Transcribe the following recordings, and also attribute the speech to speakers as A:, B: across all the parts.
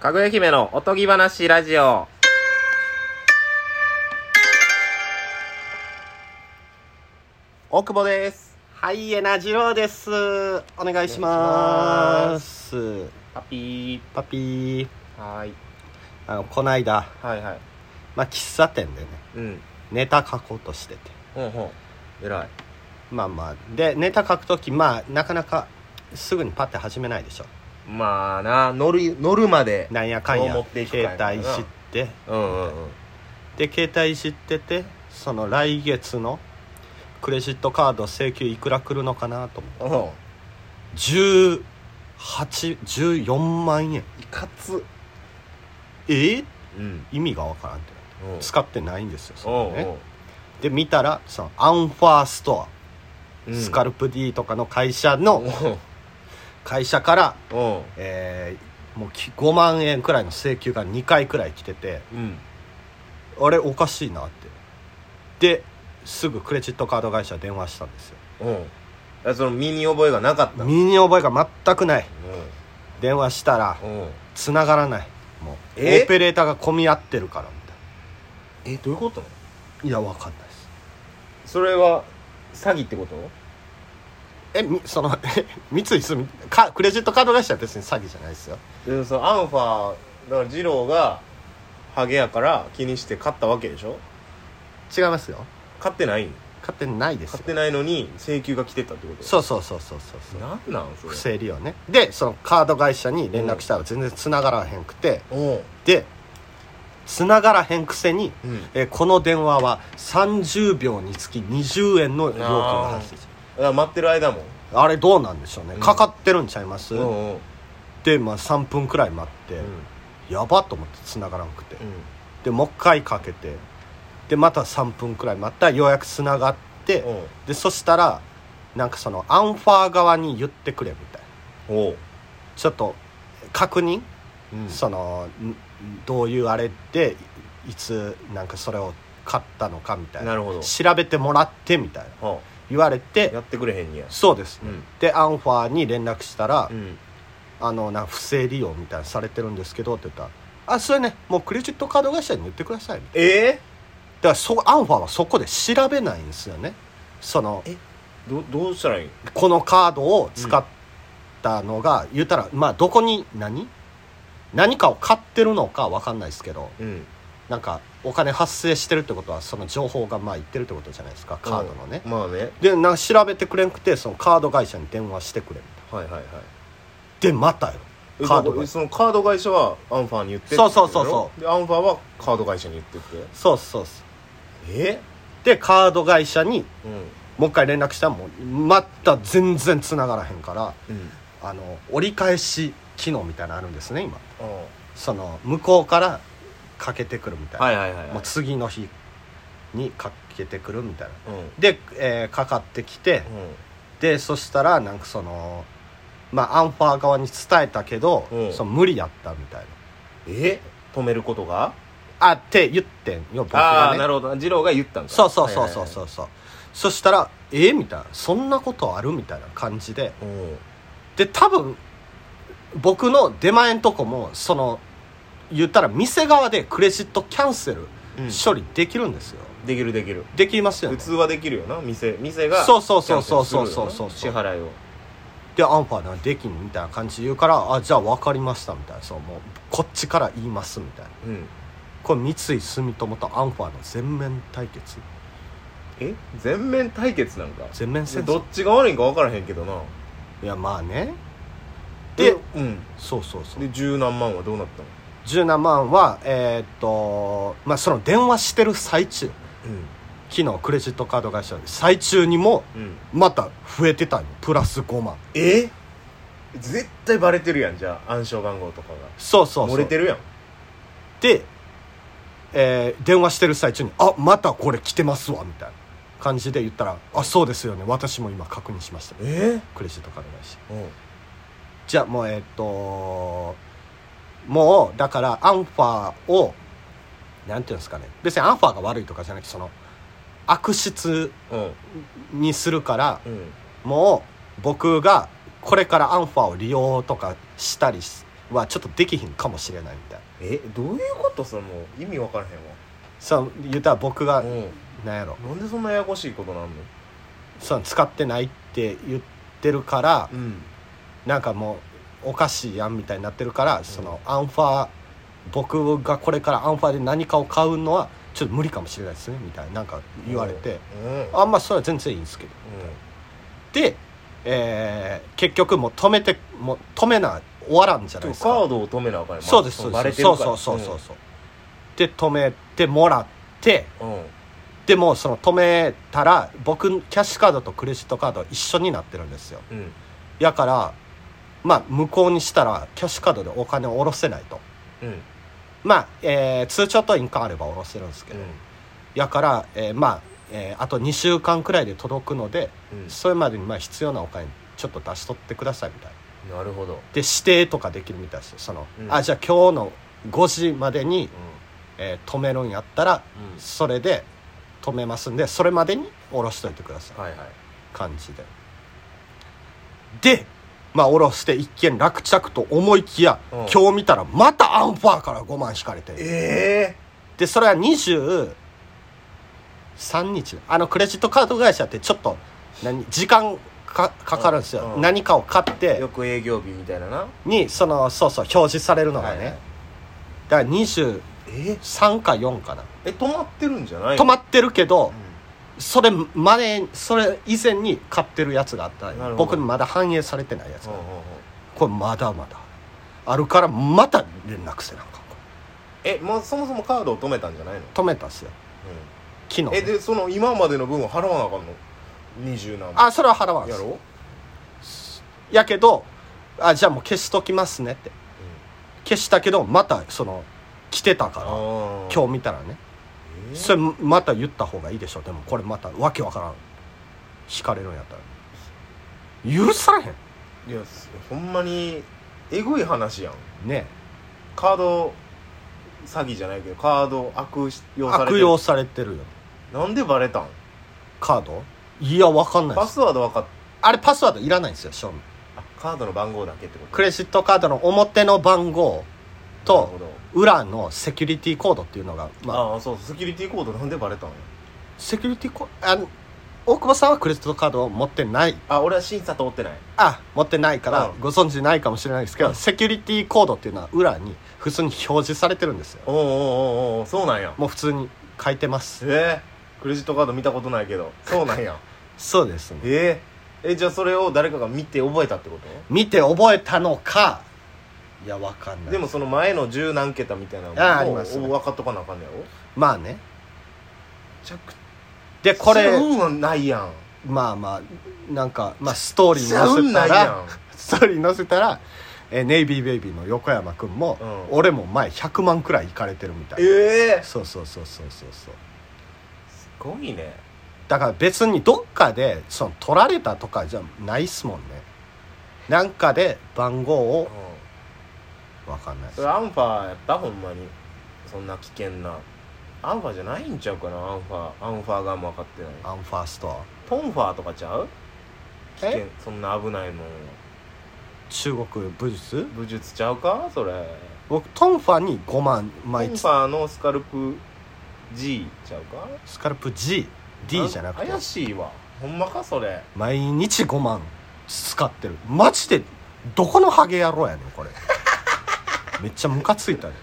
A: かぐや姫のおとぎ話ラジオ。大久保です。
B: ハイエナ二郎です。お願いします。
A: パピ
B: パピー、
A: ー。はーい。
B: あの、こないだ、
A: はいはい。
B: まあ、喫茶店でね、
A: うん。
B: ネタ書こうとしてて。
A: ほうほう。偉い。
B: まあまあ、で、ネタ書くとき、まあ、なかなか、すぐにパッて始めないでしょ。
A: まあな、乗る、乗るまで。
B: なんやかんや
A: どう持っていくかや
B: 携
A: な
B: 帯知って
A: うんうんうん。
B: で携帯知っててその来月のクレジットカード請求いくら来るのかなと思って
A: お
B: 1814万円
A: いかつ。
B: えー
A: うん。
B: 意味がわからんって
A: おう
B: 使ってないんですよそれ
A: おう
B: ね
A: お
B: で見たらそのアンファースト
A: う。
B: アスカ
A: ル。
B: ルプ D とかの会社
A: お
B: の
A: う
B: 会社から、
A: おう。
B: えーもうき5万円くらいの請求が2回くらい来てて
A: うん。
B: あれおかしいなってですぐクレジットカード会社に電話したんですよ
A: おう。あその身に覚えがなかった。
B: 身に覚えが全くない電話したら
A: うん。うん。
B: 繋がらないもう
A: え
B: オペレーターが混み合ってるからみたい
A: え、どういうこと
B: ないやわかんないです
A: それは、詐欺ってこと
B: えみその三井住かクレジットカード会社は別に詐欺じゃないですよ
A: でそのアンファーだから二郎がハゲやから気にして買ったわけでしょ
B: 違いますよ
A: 買ってない
B: 勝手にないです
A: 買っ
B: よ
A: てないのに請求が来てたってこと
B: そうそうそうそうそうそう
A: なんなんそれ
B: 不正利用ねでそのカード会社に連絡したら全然繋がらへんくて
A: おう
B: で繋がらへんくせに、
A: うん
B: えーこの電話は30秒につき20円の料金の話です
A: だから待ってる間も
B: あれどうなんでしょうね
A: うん
B: かかってるんちゃいます、
A: うんうんうん
B: で、まあ、3分くらい待って、やばと思って繋がらんくて、でもう一回かけてでまた3分くらい待ったらようやく繋がって、
A: うんうん
B: でそしたらなんかそのアンファー側に言ってくれみたいな
A: おう
B: ちょっと確認、
A: うん
B: そのんどういうあれでいいつなんかそれを買ったのかみたいな
A: なるほど
B: 調べてもらってみたいな
A: は
B: 言われ
A: あや
B: て
A: ってくれへんにや
B: そうです
A: う
B: ね、
A: ん
B: でアンファーに連絡したら、
A: うん
B: あのなんか不正利用みたいなのされてるんですけどって言ったら「あそれねもうクレジットカード会社に言ってください」みたいな
A: え
B: だからそアンファはそこで調べないんですよねその
A: えーどどうしたらいい
B: このカードを使ったのが、言ったらまあどこに何何かを買ってるのか分かんないですけど
A: うん
B: なんかお金発生してるってことはその情報がまあいってるってことじゃないですかカードのね、
A: まあね
B: でなんか調べてくれんくてそのカード会社に電話してくれ
A: はいはいはい
B: でまたよ
A: え
B: カード
A: そ
B: が
A: うそのカード会社はアンファーに言ってって
B: そうそうそうそう
A: ことやろでアンファーはカード会社に言ってって
B: そうそうそう
A: え
B: でカード会社に
A: うん
B: もう一回連絡したらもうまた全然繋がらへんから
A: うん
B: あの折り返し機能みたいなのあるんですね今
A: は
B: その向こうからかけてくるみたいな、
A: いはいはい、
B: もう次の日にかけてくるみたいな
A: うん
B: で、えーかかってきて、でそしたらなんかそのまあアンファー側に伝えたけど、
A: うん
B: その無理やったみたいな
A: え止めることが
B: あって言ってんよ僕
A: あ
B: が
A: あ
B: ね
A: なるほど二郎が言ったんか
B: そうそうそうそうそううそう、そしたらえみたいなそんなことあるみたいな感じで
A: はいはいはい
B: で多分僕の出前んとこもその言ったら店側でクレジットキャンセル
A: うん
B: 処理できるんですよ、
A: できるできる
B: できますよ
A: 普
B: ね
A: 通はできるよな店店が
B: そうそうそうそうそうそうそう
A: キャンセルするよな支払いを
B: でアンファーなんかできんみたいな感じで言うからあじゃあ分かりましたみたいなそうもうこっちから言いますみたいな
A: うん
B: これ三井住友とアンファーの全面対決
A: え全面対決なんか
B: 全面戦
A: どっ
B: 争
A: ちが悪いんか分からへんけどない
B: やまあね
A: で
B: で
A: うん
B: そうそうそう
A: で十何万はどうなったの
B: 17万はえーっとまあその電話してる最中昨日クレジットカード会社で最中にも
A: うんうん
B: また増えてたんよプラス5万
A: え絶対バレてるやんじゃあ暗証番号とかが
B: そうそうそう
A: 漏れてるやん
B: で、えー電話してる最中に「あまたこれ来てますわ」みたいな感じで言ったら「あそうですよね私も今確認しました
A: え」
B: クレジットカード会社
A: うん
B: じゃあもうえーっともうだからアンファーをなんていうんですかね別にアンファーが悪いとかじゃなくてその悪質
A: うん
B: にするから
A: うん
B: もう僕がこれからアンファーを利用とかしたりしはちょっとできひんかもしれないみたい
A: えどういうことそれもう意味わからへん
B: そう言ったら僕が
A: わうん
B: なんやろ
A: なんでそんなややこしいことなんの
B: そう使ってないって言ってるから
A: うん
B: なんかもうおかしいやんみたいになってるからそのアンファ僕がこれからアンファで何かを買うのはちょっと無理かもしれないですねみたいななんか言われて
A: うん
B: あんまあそれは全然いいんですけどで、えー結局もう止めてもう止めな終わらんじゃな
A: で
B: い
A: も
B: です
A: カ
B: か
A: ードを止めなあかんよ
B: そうですそう
A: バ
B: で
A: レ
B: す
A: てる
B: そう
A: から
B: そうそうそうそうで止めてもらって
A: うんうん
B: でもその止めたら僕キャッシュカードとクレジットカードは一緒になってるんですよ
A: うん
B: やからまあ無効にしたらキャッシュカードでお金を下ろせないと
A: うん
B: まあ、えー通帳と印鑑あれば下ろせるんですけ
A: う
B: ど、
A: ん
B: やから、えーまあ、えーあと2週間くらいで届くので
A: うん
B: それまでにまあ必要なお金ちょっと出しとってくださいみたいな
A: なるほど
B: で指定とかできるみたいですよその、
A: うん
B: あじゃあ今日の5時までに、
A: う
B: えー止めるんやったら
A: んうん
B: それで止めますんでそれまでに下ろしといてください
A: はいはい
B: 感じででまあ下ろして一見落着と思いきや、
A: うん
B: 今日見たらまたアンファーから5万引かれて
A: え
B: でそれは23日あのクレジットカード会社ってちょっと何時間かかかるんですよ、
A: うん
B: 何かを買っ
A: え
B: て
A: よく営業日みたいなな
B: にそのそうそう表示されるのがね、
A: はいはい
B: だから23
A: え
B: か4かな
A: え止まってるんじゃない
B: 止ま
A: っ
B: ってるけど
A: う
B: それ前それ以前に買ってるやつがあった
A: なるほど
B: 僕にまだ反映されてないや
A: ん
B: つが
A: うんうんうん
B: これまだまだあるからまた連絡せなあかん
A: えもうそもそもカードを止めたんじゃないの
B: 止めたんすよ昨日ね、
A: えでその今までの分を払わなあかんの二十何万
B: あそれは払わんす
A: やろ
B: やけどあじゃあもう消しときますねって消したけどまたその来てたから
A: 今
B: 今日見たらねそ
A: そ
B: れまた言った方がいいでしょでもこれまたわけわからん引かれるんやったら許されへん
A: いやすほんまにえぐい話やん
B: ね
A: カード詐欺じゃないけどカード悪用されて
B: 悪
A: る
B: 用されてるよ
A: なんでバレたん
B: カードいやわかんないで
A: パ
B: す
A: スワード分かっ
B: あれパスワードいらないんですよ正味
A: あカードの番号だけってこと
B: クレジットカードの表の番号
A: なる
B: と
A: ほど
B: 裏のセキュリティコードっていうのが、まあ、
A: ああそうセキュリティコードなんでバレたん
B: セキュリティコードあの大久保さんはクレジットカードを持ってない
A: あ俺は審査通ってない
B: あ持ってないから
A: うん
B: ご存知ないかもしれないですけど、
A: うん
B: セキュリティコードっていうのは裏に普通に表示されてるんですよ
A: おうおうおうおうそうなんや
B: もう普通に書いてます
A: えー、クレジットカード見たことないけどそうなん や
B: そうですね
A: えー、えじゃあそれを誰かが見て覚えたってこと
B: 見て覚えたのかいやわかんない
A: でもその前の十何桁みたいなのも
B: あーあります
A: お分かっとかなあかんねやろ
B: まあね
A: ちゃく
B: でこれ
A: 運はないやん
B: まあまあなんか、まあ、ストーリーに
A: じゃあ
B: 載
A: 運
B: せ
A: な
B: た
A: いや
B: ら
A: ん
B: ストーリー載せたら、えーネイビーベイビーの横山君も、
A: うん
B: 俺も前100万くらい行かれてるみたいな
A: ええ
B: そうそうそうそうそうそう
A: すごいね
B: だから別にどっかでその取られたとかじゃないっすもんねなんかで番号
A: うん
B: をわかんないっ
A: そ
B: す
A: れアンファやったほんまにそんな危険なアンファじゃないんちゃうかなアンファアンファがも分かってない
B: アンファーストア
A: トンファーとかちゃう危険
B: え
A: そんな危ないもん
B: 中国武術
A: 武術ちゃうかそれ
B: 僕トンファに5万
A: トン
B: 毎
A: フ
B: 月
A: ァーのスカルプ G ちゃうか
B: スカルプ GD じゃなくて
A: 怪しいわほんまかそれ
B: 毎日5万使ってるマジでどこのハゲ野郎やねんこれ めっちゃムカついたね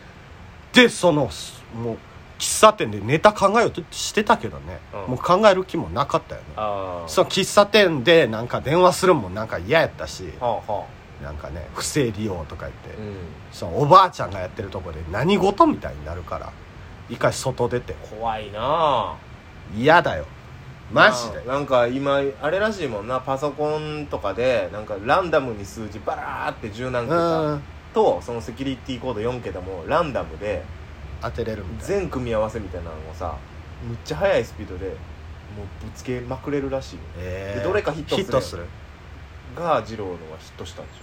B: でそのすもう喫茶店でネタ考えようとしてたけどね、
A: うん
B: もう考える気もなかったよね
A: ああ
B: その喫茶店でなんか電話するもなんか嫌やったし
A: はあは
B: なんかね不正利用とか言って
A: あ、うん
B: そのおばあちゃんがやってるとこで何事みたいになるから一回外出て
A: 怖いなあ
B: 嫌だよマジで
A: あーなんか今あれらしいもんなパソコンとかでなんかランダムに数字バラーって十何
B: う
A: 桁
B: ん
A: とそのセキュリティコード4桁もランダムで
B: 当てれるみたいな
A: 全組み合わせみたいなのをさむっちゃ速いスピードでもうぶつけまくれるらしいよ
B: え
A: でどれかヒットする
B: ヒットする
A: が二郎のはヒットしたんでし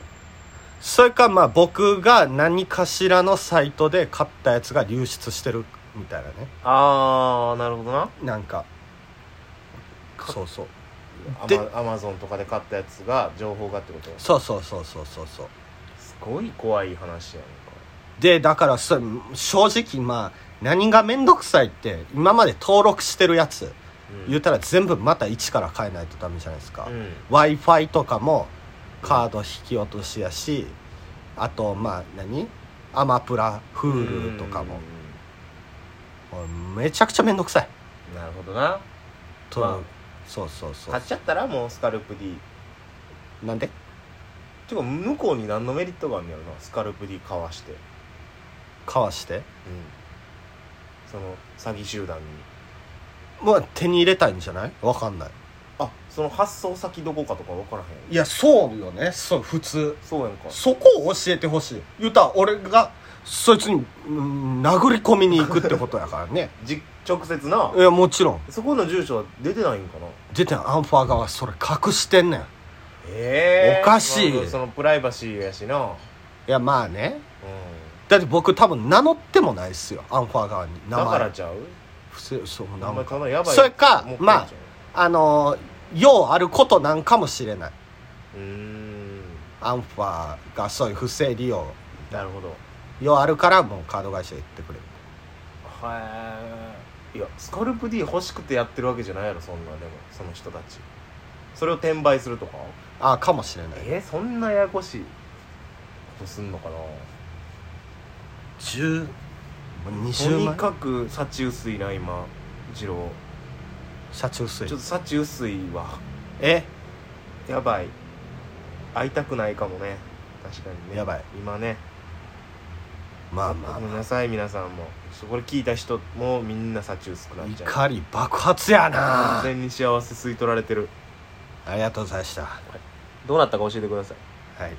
B: それかまあ僕が何かしらのサイトで買ったやつが流出してるみたいなね
A: ょああなるほどな
B: なん かそうそう
A: ア
B: で
A: マアマゾンとかで買ったやつが情報がってこと
B: そうそうそうそうそうそう
A: すごい怖い話やねんこ
B: でだからそ正直まあ何が面倒くさいって今まで登録してるやつ
A: れ
B: 言うたら全部また一から変えないとダメじゃないですか、
A: うん
B: w i f i とかもカード引き落としやしあとまあ何アマプラ
A: うん
B: Hulu とかも
A: うん
B: もうめちゃくちゃ面倒くさい
A: なるほどな
B: と、
A: まあ
B: そうそうそ
A: 買っ
B: う
A: ちゃったらもうスカルプ D
B: なんで
A: てか向こうに何のメリットがあんねやろなスカルプ D かわして
B: かわして
A: その詐欺集団に
B: まあ手に入れたいんじゃないわかんない
A: あその発送先どこかとか分からへん
B: いやそうよねそう普通
A: そうやんか
B: そこを教えてほしい言うたら俺がそいつに、うん、殴り込みに行くってことやから ね
A: じ直接ない
B: やもちろん
A: そこの住所は出てないんかな
B: 出てんアンファー側はそれ隠してんねんい
A: ええ
B: おかしい
A: まあそのプライバシーやしな
B: やまあね
A: うん
B: だって僕多分名乗ってもないっすよアンファー側に名
A: だか
B: 前
A: らちゃう
B: 伏せそう名
A: 名
B: 前
A: 前ただやばい
B: それか
A: 持ってん
B: ま
A: ち
B: あ
A: ゃ
B: あのーようあることなんかもしれないう
A: うーん
B: アンファーがそういう不正利用
A: なるほど
B: ようあるからもうカード会社行ってくれる
A: はいいやスカルプ D 欲しくてやってるわけじゃないやろそんなでもその人たちそれを転売するとか
B: ああかもしれない
A: えー、そんなややこしいことすんのかな
B: 10
A: と
B: 20
A: に
B: 万
A: かく幸薄いな今次郎
B: 社長水
A: ちょっと幸薄いわ
B: え
A: やばい会いたくないかもね確かにね
B: やばい
A: 今ね
B: まあまあ
A: ごめんなさい皆さんもちょっとこれ聞いた人もみんな幸薄くなっちゃう
B: 怒り爆発やな
A: 完全に幸せ吸い取られてる
B: ありがとうございました
A: どうなったか教えてください
B: はい